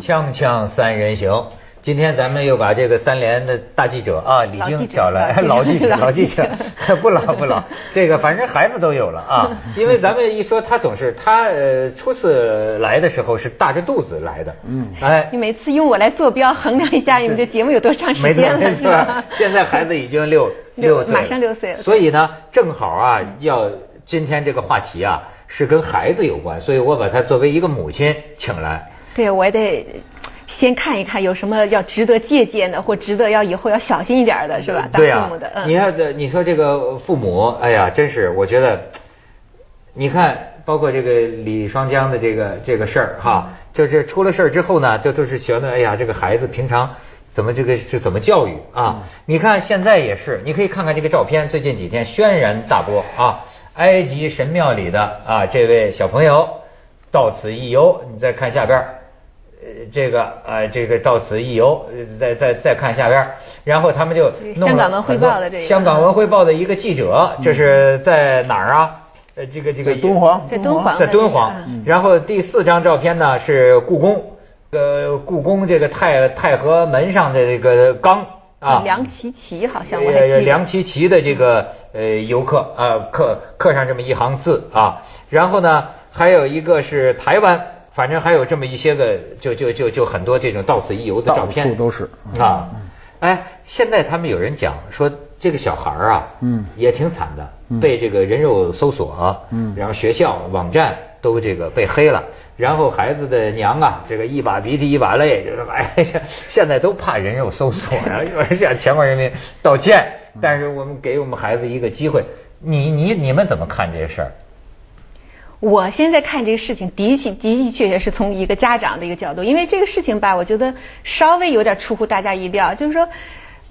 锵三人行，今天咱们又把这个三联的大记者啊李老菁记者找来，老老记记者者老老记记者者，不老不老，这个反正孩子都有了 啊，因为咱们一说他总是他呃初次来的时候是大着肚子来的，嗯，哎你。每次用我来坐标衡量一下你们这节目有多长没错时间没了，是吧错，？现在孩子已经六六岁了，马上六岁了所以呢，正好啊，要今天这个话题啊是跟孩子有关，所以我把他作为一个母亲请来。对，我也得先看一看有什么要值得借鉴的，或值得要以后要小心一点的，是吧？当对啊父母的，，你嗯，看这，你说这个父母，哎呀，真是，我觉得，你看，包括这个李双江的这个这个事儿哈，就是出了事儿之后呢，这都是觉得，哎呀，这个孩子平常怎么这个是怎么教育啊？你看现在也是，你可以看看这个照片，最近几天轩然大波啊，埃及神庙里的啊这位小朋友，到此一游，你再看下边儿。呃，这个呃，这个到此一游，呃再再再看下边儿，然后他们就这个弄香了港文汇很多报的这个香港文汇报的一个记者，这是在哪儿啊？呃，这个这个嗯在敦煌在敦煌在敦煌嗯的那个。嗯然后第四张照片呢是故宫，呃，故宫这个太太和门上的这个缸啊，梁琪琪好像我还记呃得。梁琪琪的这个呃游客啊刻刻上这么一行字啊，然后呢还有一个是台湾，反正还有这么一些个就就就就很多这种到此一游的照片，到处都是嗯啊，哎，现在他们有人讲说这个小孩儿啊，嗯也挺惨的，嗯被这个人肉搜索、啊，嗯然后学校网站都这个被黑了。然后孩子的娘啊，这个一把鼻涕一把泪，就是哎呀， 现在都怕人肉搜索 啊，说向全国人民道歉。但是我们给我们孩子一个机会，你你你们怎么看这事儿？我现在看这个事情，的确的的确确是从一个家长的一个角度，因为这个事情吧，我觉得稍微有点出乎大家意料，就是说。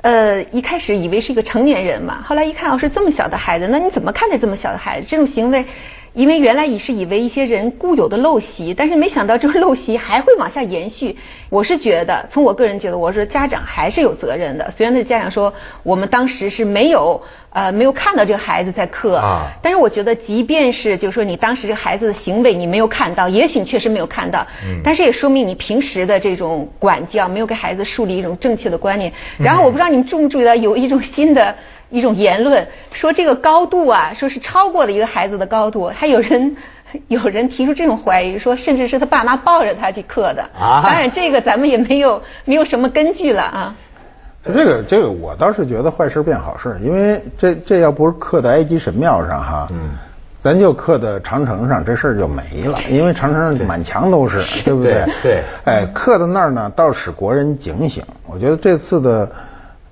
呃，一开始以为是一个成年人嘛，后来一看，哦，是这么小的孩子，那你怎么看待这么小的孩子这种行为？因为原来也是以为一些人固有的陋习，但是没想到这个陋习还会往下延续。我是觉得，从我个人觉得，我说家长还是有责任的。虽然那家长说我们当时是没有呃没有看到这个孩子在课，啊但是我觉得，即便是就是说你当时这个孩子的行为你没有看到，也许你确实没有看到，嗯但是也说明你平时的这种管教没有给孩子树立一种正确的观念。嗯然后我不知道你们注没注意到有一种新的一种言论，说这个高度啊，说是超过了一个孩子的高度，还有人。 有人提出这种怀疑，说甚至是他爸妈抱着他去刻的。啊当然这个咱们也没有没有什么根据了啊。这个这个我倒是觉得坏事变好事，因为这这要不是刻在埃及神庙上哈，嗯，咱就刻在长城上，这事儿就没了，因为长城上满墙 都是，对不对对？对哎，刻到那儿呢，倒使国人警醒。我觉得这次的。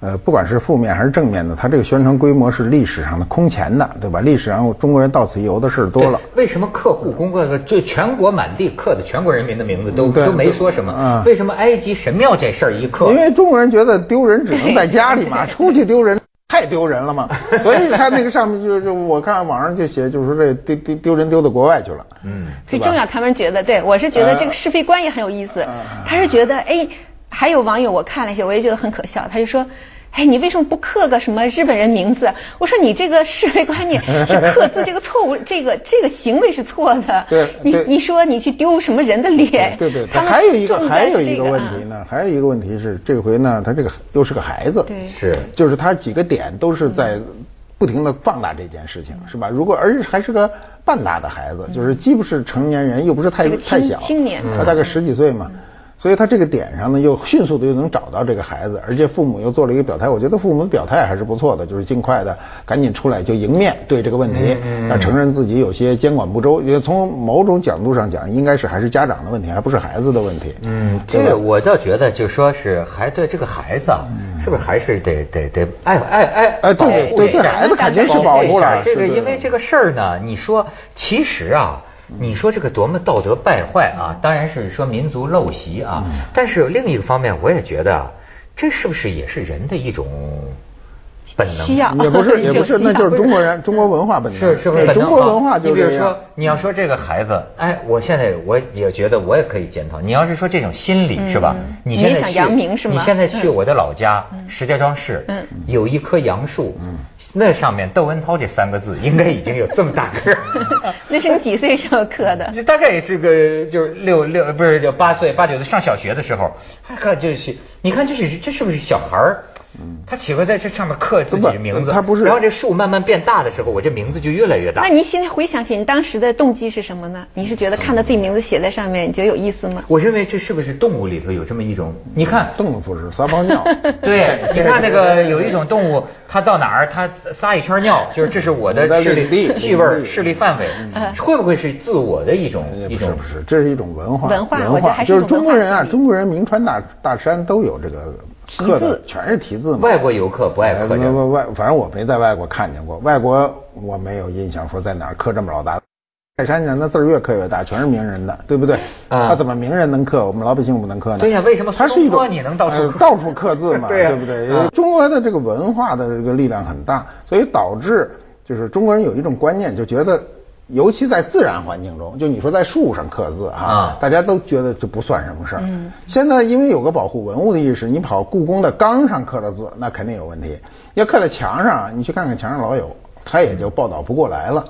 呃，不管是负面还是正面的，它这个宣传规模是历史上的空前的，对吧？历史上中国人到此一游的事儿多了。对为什么刻故宫刻就全国满地刻的全国人民的名字都嗯对都没说什么嗯？为什么埃及神庙这事儿一刻？因为中国人觉得丢人只能在家里嘛，出去丢人太丢人了嘛，所以他那个上面就就我看网上就写，就是说这丢丢丢人丢到国外去了。嗯。最对吧重要，他们觉得，对我是觉得这个呃是非观也很有意思呃。他是觉得，哎，还有网友我看了一些，我也觉得很可笑，他就说。哎，你为什么不刻个什么日本人名字？我说你这个是非观念是刻字，这个错误，这个这个行为是错的。对你对你说你去丢什么人的脸？对对，他他们还有一个重在还是有这一个问啊题呢，还有一个问题是这回呢，他这个又是个孩子，对嗯是就是他几个点都是在不停的放大这件事情，是吧？如果而且还是个半大的孩子，就是既不是成年人，又不是太嗯是个太青小，青年嗯他大概十几岁嘛。所以他这个点上呢，又迅速的又能找到这个孩子，而且父母又做了一个表态，我觉得父母的表态还是不错的，就是尽快的赶紧出来就迎面对这个问题，嗯嗯嗯让承认自己有些监管不周，也从某种角度上讲，应该是还是家长的问题，还不是孩子的问题。嗯，对这吧嗯个我倒觉得，就说是还对这个孩子啊，是不是还是得得得爱爱爱哎对保护对一下对孩子肯定是保护了这个是是因为这个事儿呢，你说其实啊。嗯你说这个多么道德败坏啊！当然是说民族陋习啊，嗯但是另一个方面，我也觉得啊，这是不是也是人的一种本能需要，也 不是也不这是，个需那要就是中国人中国文化本能，是是不对是本能啊？中国文化就你比是这如样说，。你要说这个孩子，哎，我现在我也觉得我也可以检讨。你要是说这种心理是吧嗯？现在你也去，想扬名是吗你现在去嗯我的老家石家庄市嗯，有一棵杨树，嗯那上面窦文涛这三个字应该已经有这么大个儿。 那是你几岁时候刻的？大概也是个就是六六不是就八岁八九岁上小学的时候，他看就是你看这是这是不是小孩儿？他喜欢在这上面刻自己的名字，嗯不他不是然后这树慢慢变大的时候，我这名字就越来越大。那你现在回想起你当时的动机是什么呢？你是觉得看到自己名字写在上面，你觉得有意思吗？我认为这是不是动物里头有这么一种？你看，嗯动物不是撒 泡尿，哎对，你看那个有一种动物，它到哪儿它撒一圈尿，就是这是我我在的视领力、地气味儿、领地视力范围，嗯会不会是自我的一种也一不是种嗯哎不？是，这是一种文化，文化我文觉得还化是就是一种中文国化人啊，体中国人名传大大山都有这个刻的，全是哎题字嘛。外国游客不爱喝外这个。外呃外，反正我没在外国看见过，外国我没有印象说在哪儿刻这么老大。泰山人的字儿越刻越大，全是名人的，对不对？啊他怎么名人能刻，我们老百姓不能刻呢？对呀为什么他是一苏东种坡你能到处呃刻到处刻字 嘛，对呀不对？啊中国的这个文化的这个力量很大，所以导致就是中国人有一种观念，就觉得，尤其在自然环境中，就你说在树上刻字啊啊，大家都觉得这不算什么事儿。嗯现在因为有个保护文物的意识，你跑故宫的缸上刻的字，那肯定有问题。要刻在墙上，你去看看墙上老有，他也就报道不过来了。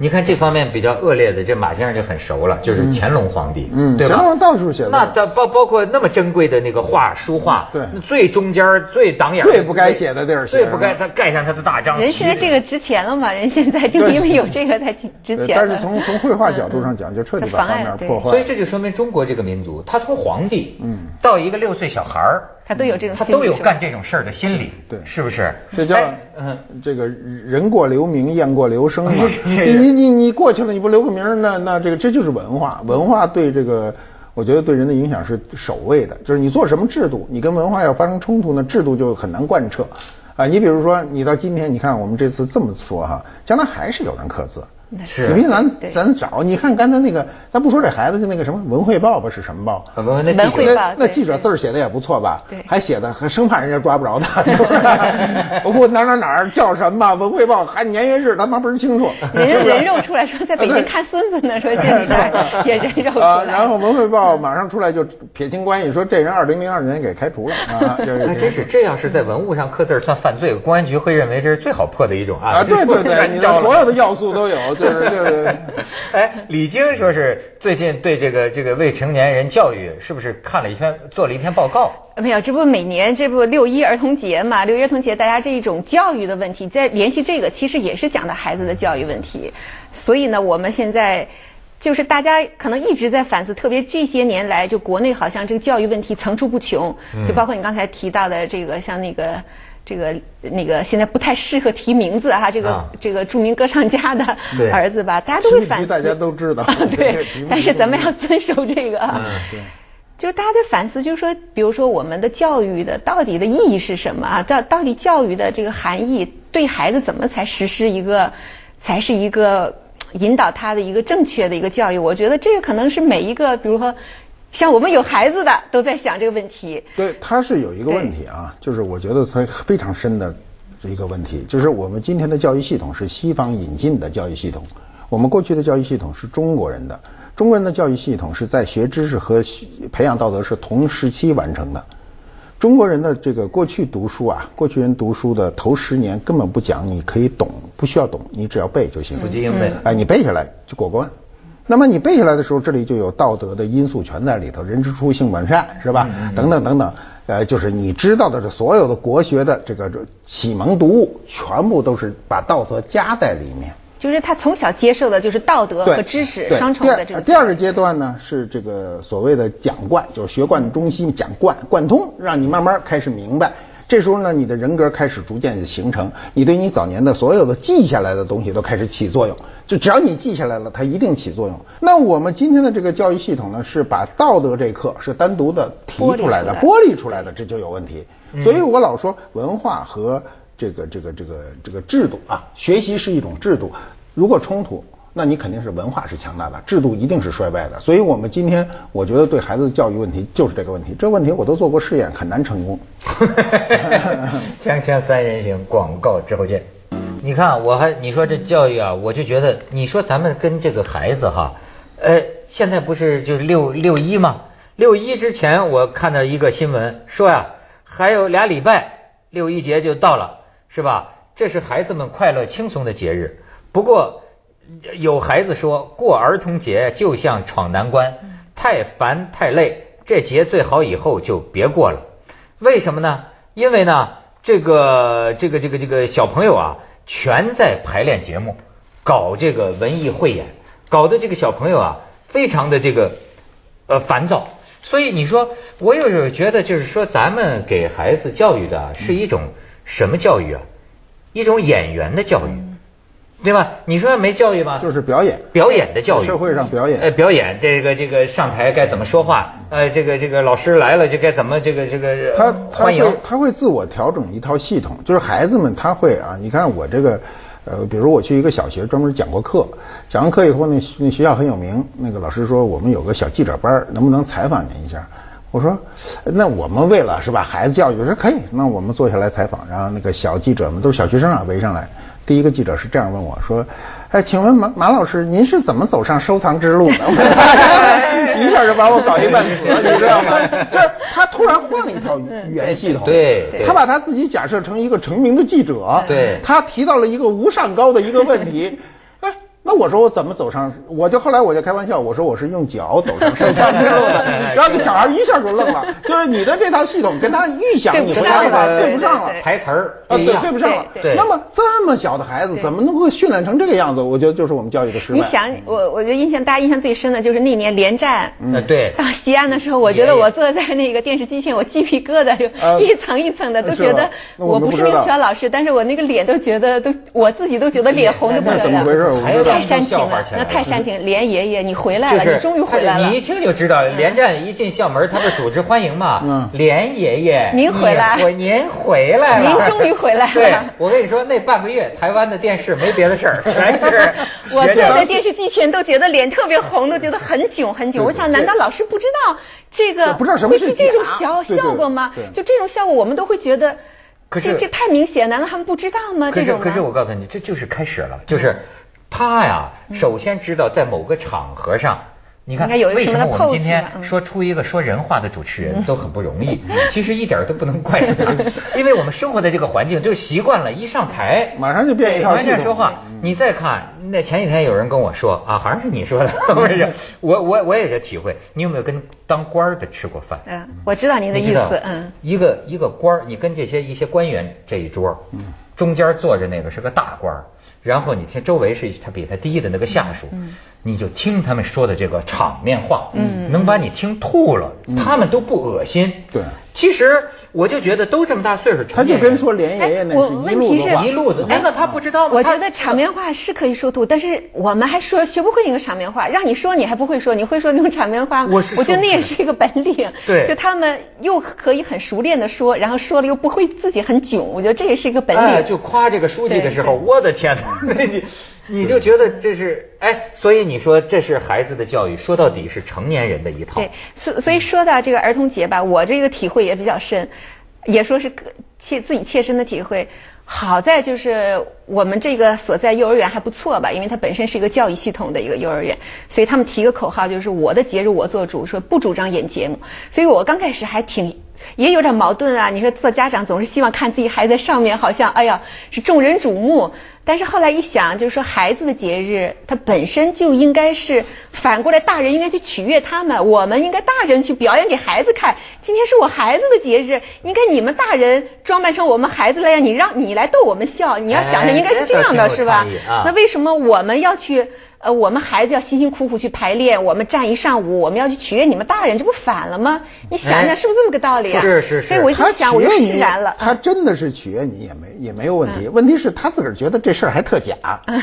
你看这方面比较恶劣的，这马先生就很熟了，就是乾隆皇帝，嗯对吧？乾隆到处写字那咱包包括那么珍贵的那个画书画，对最中间儿最挡眼儿，最不该写的地儿写最不该上他盖上他的大章。人现在这个值钱了嘛？人现在就是因为有这个才挺值对钱的。嗯但是从从绘画角度上讲就彻底把它妨碍方面对破坏所以这就说明中国这个民族，他从皇帝，嗯，到一个六岁小孩儿，他都有这种他心理都有是吧干这种事儿的心理，对是不是？这叫哎嗯，。这个人过留名，雁过留声嘛 是你你你过去了，你不留个名儿，那那这个这就是文化，文化对这个。我觉得对人的影响是首位的，就是你做什么制度，你跟文化要发生冲突呢，制度就很难贯彻，啊，你比如说，你到今天，你看我们这次这么说哈，将来还是有人刻字，那呃是你别咱对咱找，你看刚才那个，咱不说这孩子，就那个什么文汇报吧，是什么报？呃文那文记汇者报那啊对记者字儿写的也不错吧？对还写的还生怕人家抓不着 他，是不是我不哪哪哪儿叫什么文汇报，还年月日，他妈倍儿清楚。人 家人肉出来说在北京看孙子呢，说这里边也人肉出啊，来。然后文汇报马上出来就撇清关系，说这人二零零二年给开除了 啊，就是还哎真是，这要是在文物上刻字儿算犯罪，公安局会认为这是最好破的一种案啊，对对对，你的所有的要素都有，就是对就对。是。 哎，李菁说是最近对这个这个未成年人教育是不是看了一篇做了一篇报告？没有，这不每年这不六一儿童节嘛？六一儿童节，大家这一种教育的问题，再联系这个，其实也是讲的孩子的教育问题。所以呢，我们现在就是大家可能一直在反思，特别这些年来，就国内好像这个教育问题层出不穷，嗯就包括你刚才提到的这个，像那个。这个那个现在不太适合提名字哈、这个、啊这个著名歌唱家的对儿子吧，大家都会反思，题目大家都知道这 个 对题目，但是都咱们知要遵守这个啊。嗯对就是大家在反思，就是说，比如说我们的教育的到底的意义是什么啊？到到底教育的这个含义对孩子怎么才实施一个，才是一个引导他的一个正确的一个教育？我觉得这个可能是每一个，比如说像我们有孩子的都在想这个问题。对，他是有一个问题啊，就是我觉得它非常深的一个问题，就是我们今天的教育系统是西方引进的教育系统，我们过去的教育系统是中国人的，中国人的教育系统是在学知识和学培养道德是同时期完成的。中国人的这个过去读书啊，过去人读书的头十年根本不讲你可以懂，不需要懂，你只要背就行。死记硬背。哎，你背下来就过关。那么你背下来的时候，这里就有道德的因素全在里头，人之初性本善，是嗯吧？等等等等，呃，就是你知道的这所有的国学的这个启蒙读物，全部都是把道德加在里面。就是他从小接受的就是道德对和知识对双重的这个第二第二个阶段呢，是这个所谓的讲贯，就是学贯中心，讲贯贯通，让你慢慢开始明白。这时候呢，你的人格开始逐渐的形成，你对你早年的所有的记下来的东西都开始起作用。就只要你记下来了，它一定起作用。那我们今天的这个教育系统呢，是把道德这一课是单独的提剥离出来出的来，剥离出来的，这就有问题。嗯所以我老说文化和这个这个这个这个制度啊，学习是一种制度，如果冲突，那你肯定是文化是强大的，制度一定是衰败的。所以我们今天我觉得对孩子的教育问题就是这个问题，这个问题我都做过试验，很难成功。 锵锵三人行，广告之后见。你看，啊我还你说这教育啊，我就觉得，你说咱们跟这个孩子哈，呃，现在不是就是六六一嘛？六一之前我看到一个新闻说呀、还有俩礼拜六一节就到了，是吧？这是孩子们快乐轻松的节日。不过有孩子说过儿童节就像闯难关，太烦太累，这节最好以后就别过了。为什么呢？因为呢，这个这个这个这个小朋友啊，全在排练节目，搞这个文艺汇演，搞得这个小朋友啊，非常的这个呃烦躁。所以你说，我有时候觉得，就是说，咱们给孩子教育的啊嗯是一种什么教育啊？一种演员的教育，对吧？你说没教育吧？嗯就是表演表演的教育，社会上表演呃，表演这个这个上台该怎么说话？呃，这个这个老师来了就该怎么这个这个呃他他欢迎会他会自我调整一套系统，就是孩子们他会啊，你看我这个。呃，比如我去一个小学专门讲过课，讲完课以后那那学校很有名，那个老师说我们有个小记者班儿，能不能采访您一下？我说，呃那我们为了是吧，孩子教育，我说可以，那我们坐下来采访，然后那个小记者们都是小学生啊，围上来。第一个记者是这样问我说：“哎，请问马马老师，您是怎么走上收藏之路的？” 一下就把我搞一半死了，你知道吗？就是他突然换了一套语言系统，对对他把他自己假设成一个成名的记者，对，他提到了一个无上高的一个问 题。哎，那我说我怎么走上？我就后来我就开玩笑，我说我是用脚走上生长之路的然后这小孩一下就愣了，就是你的这套系统跟他预想对你不回上答的话了对不上了对。台词儿啊，不一对，样对不上了。对对那么这么小的孩子，怎么能够训练成这个样子？我觉得就是我们教育的失败。你想，我我觉得印象大家印象最深的就是那年连战。嗯呃对到啊西安的时候，我觉得我坐在那个电视机前，我鸡皮疙瘩就呃一层一层的，都觉是得吧那我我们不不是那知个道学校老师，但是我那个脸都觉得都我自己都觉得脸红的不那得怎么了回事。我不知道太煽情哎笑话了起，来那太煽情了。连爷爷，你回来就了，是你终于回来你了嗯一。听就知道，连战一进校门，他不是组织欢迎嘛？嗯连爷爷，您回来你回您回来了，您终于回来了对，我跟你说，那半个月台湾的电视没别的事儿，全是 我连坐战在电视机前都觉得脸特别红，都觉得很囧很囧。我想，难道老师不知道这个对不知道什么会是是这种假效对对效果吗对？就这种效果，我们都会觉得，可是这这太明显，难道他们不知道吗？可这是种吗可是我告诉你，这就是开始了，就是他呀，首先知道在某个场合上。你看，应该有一个为什什么么的我们 pose 今天吧嗯说出一个说人话的主持人都很不容易？其实一点儿都不能怪他，因为我们生活在这个环境，就习惯了，一上台马上就变一套对马上就系统说话。你再看，那前几天有人跟我说啊，好像是你说的，不是？我我我也是体会。你有没有跟当官儿的吃过饭？嗯，我知道您的你意知道思，嗯，一个一个官儿，你跟这些一些官员这一桌儿，嗯中间坐着那个是个大官儿，然后你听周围是他比他低的那个下属，嗯你就听他们说的这个场面话，能把你听吐了，嗯他们都不恶心。对其实我就觉得都这么大岁数，他就跟说连爷爷那哎我是一路问题的是话，一路子，难道他不知道吗？哎我他觉得场面话是可以说吐，但是我们还说学不会那个场面话，让你说你还不会说，你会说那种场面话吗？我是觉得说那不也会是一个本领。对就他们又可以很熟练的说，然后说了又不会自己很囧，我觉得这也是一个本领。哎，就夸这个书记的时候，我的天哪， 你你就觉得这是哎，所以你说这是孩子的教育，说到底是成年人的一套对。，所所以说到这个儿童节吧，我这个体会也比较深，也说是个切自己切身的体会。好在就是我们这个所在幼儿园还不错吧，因为它本身是一个教育系统的一个幼儿园，所以他们提个口号就是“我的节日我做主”，说不主张演节目。所以我刚开始还挺也有点矛盾啊。你说做家长总是希望看自己孩子在上面，好像哎呀是众人瞩目，但是后来一想，就是说孩子的节日，它本身就应该是反过来，大人应该去取悦他们，我们应该大人去表演给孩子看。今天是我孩子的节日，应该你们大人装扮成我们孩子那样，你让你来逗我们笑，你要想着哎应该是这样这倒的，挺有是吧创意啊？那为什么我们要去？呃，我们孩子要辛辛苦苦去排练，我们站一上午，我们要去取悦你们大人，这不反了吗？你想想，哎是不是这么个道理啊？是是是所以我一他想，我就取悦你释然了。嗯他真的是取悦你也没也没有问题，问题是他自个儿觉得这事儿还特假，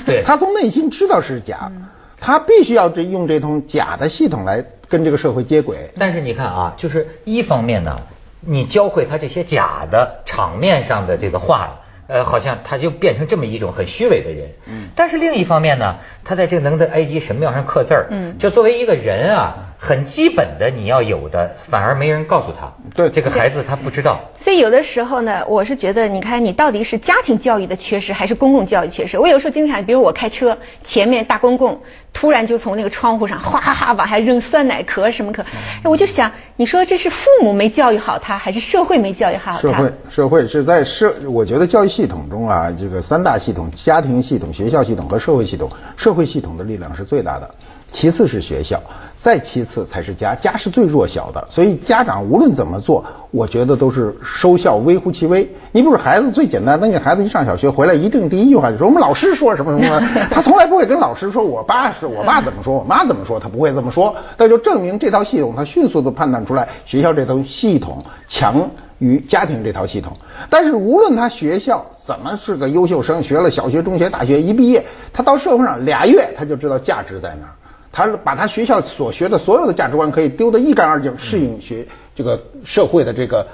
对他从内心知道是假，嗯他必须要这用这通假的系统来跟这个社会接轨。但是你看啊，就是一方面呢，你教会他这些假的场面上的这个话，呃，好像他就变成这么一种很虚伪的人。嗯。但是另一方面呢，他在这个能在埃及神庙上刻字儿，嗯就作为一个人啊，很基本的你要有的，反而没人告诉他。对这个孩子他不知道。所以有的时候呢，我是觉得，你看你到底是家庭教育的缺失，还是公共教育缺失？我有时候经常，比如我开车，前面大公共突然就从那个窗户上哗哈哈往下扔酸奶壳什么嗯壳，哎我就想，你说这是父母没教育好他，还是社会没教育好他？社会社会是在社，我觉得教育系统中啊，这个三大系统：家庭系统、学校系统和社会系统。社会系统的力量是最大的，其次是学校，再其次才是家。家是最弱小的，所以家长无论怎么做，我觉得都是收效微乎其微。你比如孩子最简单，那你孩子一上小学回来，一定第一句话就说我们老师说什么什么，他从来不会跟老师说我爸是我爸怎么说，我妈怎么说，他不会这么说。那就证明这套系统，他迅速的判断出来，学校这套系统强。于家庭这套系统。但是无论他学校怎么是个优秀生，学了小学、中学、大学，一毕业，他到社会上俩月他就知道价值在哪儿。他把他学校所学的所有的价值观可以丢得一干二净，适应学这个社会的这个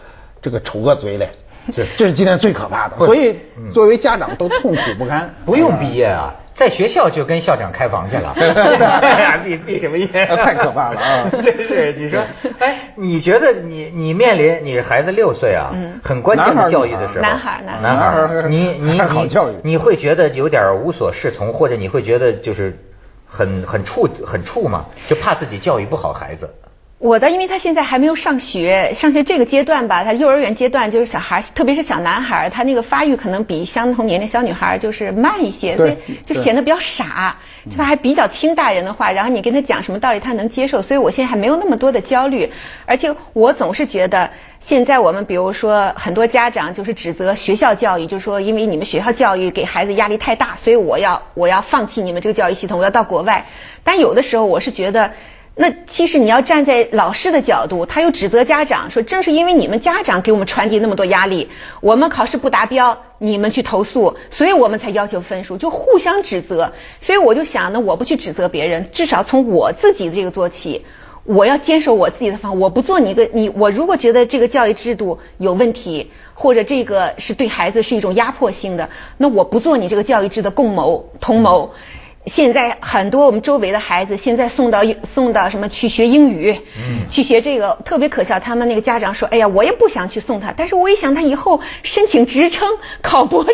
这个丑恶 嘴脸。这这是今天最可怕的，不是嗯。所以作为家长都痛苦不堪不用毕业啊，在学校就跟校长开房去 了，毕毕啊什么 业？太可怕 了啊真是，你说，哎，你觉得你你面临你孩子六岁啊，嗯很关键男孩的儿教育的时候，男孩儿男孩男儿孩儿，男孩儿你你还好你教育你会觉得有点无所适从，或者你会觉得就是很很怵很怵嘛，就怕自己教育不好孩子。我的，因为他现在还没有上学，上学这个阶段吧，他幼儿园阶段就是小孩儿，特别是小男孩儿，他那个发育可能比相同年龄小女孩儿就是慢一些，所以对就对显得比较傻，就他还比较听大人的话，然后你跟他讲什么道理他能接受，所以我现在还没有那么多的焦虑，而且我总是觉得。现在我们比如说很多家长就是指责学校教育，就是说因为你们学校教育给孩子压力太大，所以我要我要放弃你们这个教育系统，我要到国外。但有的时候我是觉得那其实你要站在老师的角度，他又指责家长说，正是因为你们家长给我们传递那么多压力，我们考试不达标，你们去投诉，所以我们才要求分数，就互相指责。所以我就想呢，我不去指责别人，至少从我自己这个做起，我要坚守我自己的方法，我不做你一个你。我如果觉得这个教育制度有问题，或者这个是对孩子是一种压迫性的，那我不做你这个教育制的共谋同谋。现在很多我们周围的孩子，现在送到送到什么去学英语，去学这个特别可笑。他们那个家长说：“哎呀，我也不想去送他，但是我也想他以后申请职称、考博士。”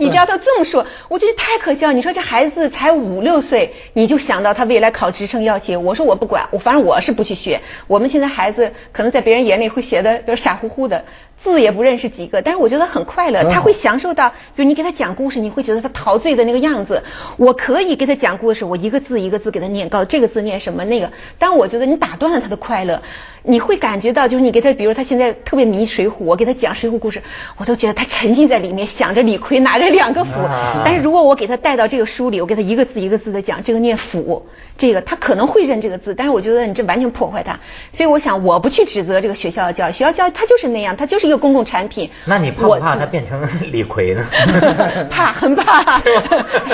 你知道他这么说，我觉得太可笑。你说这孩子才五六岁，你就想到他未来考职称要学，我说我不管，我反正我是不去学。我们现在孩子可能在别人眼里会写的就是傻乎乎的。字也不认识几个，但是我觉得很快乐，很好他会享受到，比如你给他讲故事，你会觉得他陶醉的那个样子。我可以给他讲故事，我一个字一个字给他念，告诉这个字念什么那个。但我觉得你打断了他的快乐，你会感觉到，就是你给他，比如他现在特别迷《水浒》，我给他讲《水浒》故事，我都觉得他沉浸在里面，想着李逵拿着两个斧。啊但是如果我给他带到这个书里，我给他一个字一个字的讲，这个念斧，这个他可能会认这个字，但是我觉得你这完全破坏他。所以我想，我不去指责这个学校的教育，学校教育它就是那样，它就是一个公共产品。那你怕不我怕他变成李逵呢？ 怕，很怕，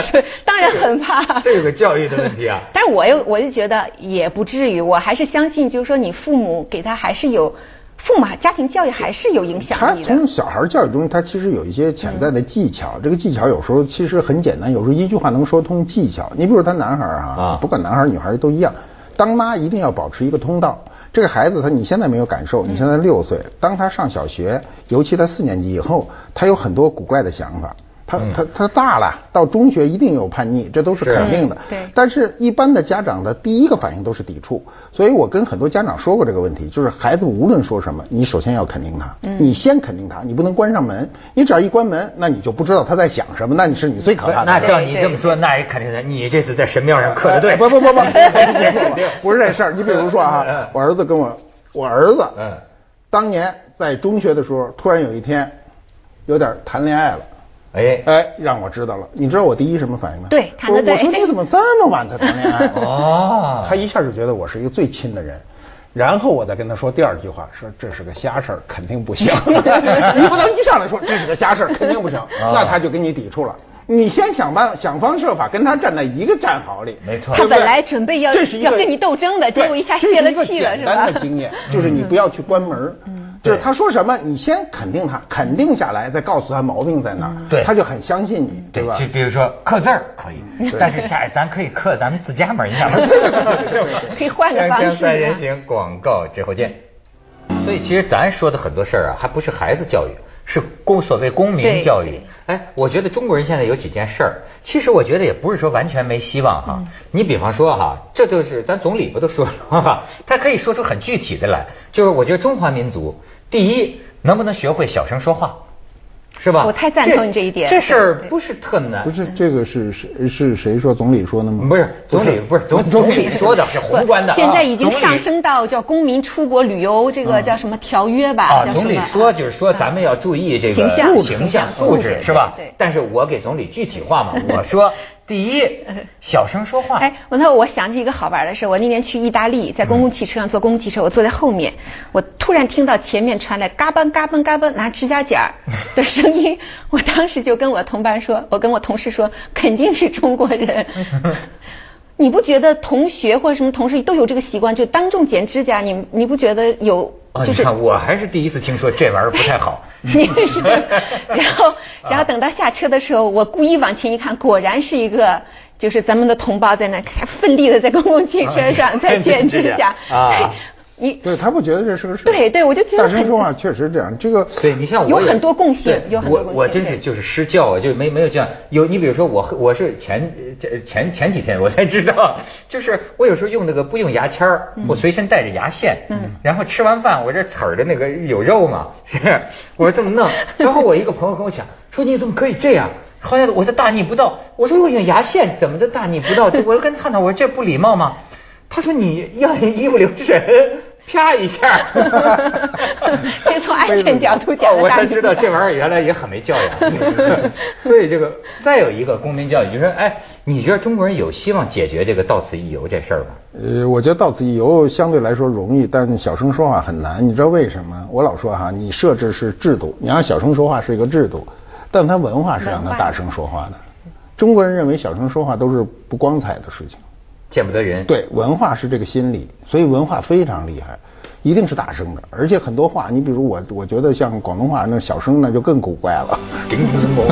是当然很怕。 这有个教育的问题啊。但是我又我就觉得也不至于，我还是相信，就是说你父母给他还是有，父母家庭教育还是有影响他力的嗯从。小孩教育中，他其实有一些潜在的技巧。这个技巧有时候其实很简单，有时候一句话能说通技巧。你比如他男孩儿啊啊，不管男孩儿女孩儿都一样，当妈一定要保持一个通道。这个孩子他你现在没有感受，你现在嗯六岁，当他上小学，尤其他四年级以后，他有很多古怪的想法。他他他大了，到中学一定有叛逆，这都是是肯定的。嗯对但是，一般的家长的第一个反应都是抵触，所以我跟很多家长说过这个问题，就是孩子无论说什么，你首先要肯定他，你先肯定他，你不能关上门，你只要一关门，那你就不知道他在想什么，那你是你最可不是怕的。那对照你这么说，那也肯定的。你这次在神庙上刻的对，不不不不不不不不不是这事儿。你比如说啊，我儿子跟我，我儿子，嗯，当年在中学的时候，突然有一天，有点谈恋爱了。哎，哎，让我知道了。你知道我第一什么反应吗？对谈得我对我说你怎么这么晚才谈恋爱？哦他一下就觉得我是一个最亲的人。然后我再跟他说第二句话，说这是个瞎事儿，肯 定不行。你不能一上来说这是个瞎事儿，肯定不啊行，那他就跟你抵触了。你先想办想方设法跟他站在一个战壕里，没错对不他对本来准备要这是一个要跟你斗争的结果一下泄了气了对这是一个简单的是吧经验就是你不要去关门，嗯，就是他说什么，你先肯定他，肯定下来，再告诉他毛病在哪儿，对他就很相信你，对吧就？比如说刻字儿可以，但是下咱可以刻咱们自家门儿，你知道吗？ 可以换个方式啊三人行广告之后见。所以其实咱说的很多事儿啊，还不是孩子教育，是公所谓公民教育对。哎，我觉得中国人现在有几件事儿，其实我觉得也不是说完全没希望哈。嗯你比方说哈，这就是咱总理不都说了哈，他可以说出很具体的来，就是我觉得中华民族第一能不能学会小声说话，是吧？我太赞同你这一点这事儿对对不是特难，不是这个是是是谁说总理说的吗？不是总理不是总总理说的是宏观的啊，现在已经总理嗯上升到叫公民出国旅游这个叫什么条约吧？啊，叫什总么啊理说就是说咱们要注意这个形象形象素素质质对是吧对对？但是我给总理具体化嘛，我 说第一，小声说话。哎，我那我想起一个好玩的事，我那年去意大利，在嗯公共汽车上坐公共汽车，我坐在后面，我突然听到前面传来嘎嘣嘎嘣嘎嘣拿指甲 剪儿的声音，我当时就跟我同伴说，我跟我同事说，肯定是中 国人。你不觉得同学或者什么同事都有这个习惯，就当众剪指甲？你你不觉得有啊，就你是看我还是第一次听说这玩意儿不太好。 你是，然后然后等到下车的时候，我故意往前一看，果然是一个。就是咱们的同胞在那看奋力的在公共汽车上啊 哎在剪指甲啊 嘿你对他不觉得这是个事儿。对对我就觉得大声很说话确实这样，这个对你像我有也很多贡献对有很多我贡我献真是对就是失教啊，就没没有这样。有你比如说我我是前这前前几天我才知道，就是我有时候用那个不用牙签儿，嗯我随身带着牙线，然后吃完饭我这齿儿的那个有肉嘛， 是我这么弄。然后我一个朋友跟我讲说你怎么可以这样？后来我就大逆不道，我说我用牙线怎么就大逆不道？我就跟他探讨我说这不礼貌吗？他说你要一不留神，啪一下。 这从安全角度讲哦，的我大才逆知不道道这玩意儿原来也很没教 养。 所以这个再有一个公民教育，就是说哎，你觉得中国人有希望解决这个到此一游这事儿吗？呃，我觉得到此一游相对来说容易，但小声说话很难。你知道为什么？我老说哈，你设置是制度，你让小声说话是一个制度，但他文化是让他大声说话的。中国人认为小声说话都是不光彩的事情，见不得人。，对，文化是这个心理，所以文化非常厉害，一定是大声的，而且很多话，你比如我，我觉得像广东话那小声那就更古怪 了。叮咚咚咚。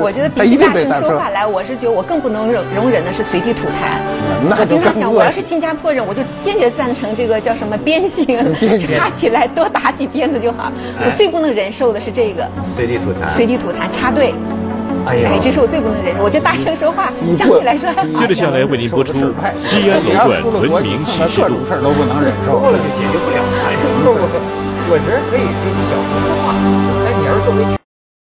我 觉得他比一起定大得声大说声话来，我是觉得我更不能容容忍的是随地吐痰。嗯那我就经常更想，恶我要是心新加坡人，我就坚决赞成这个叫什么鞭鞭 刑，刑插起来多打几鞭子就好。我哎最不能忍受的是这个随地吐哎痰随地吐痰插队。哎呦这是我最不能忍受。我就大声说话，相对来说还好。接着下来为您播 出啊西安楼冠文明启示各录种事儿都不能忍受。过了就解决不了。哎呦我我觉得可以给你小声说话，哎，你要是作为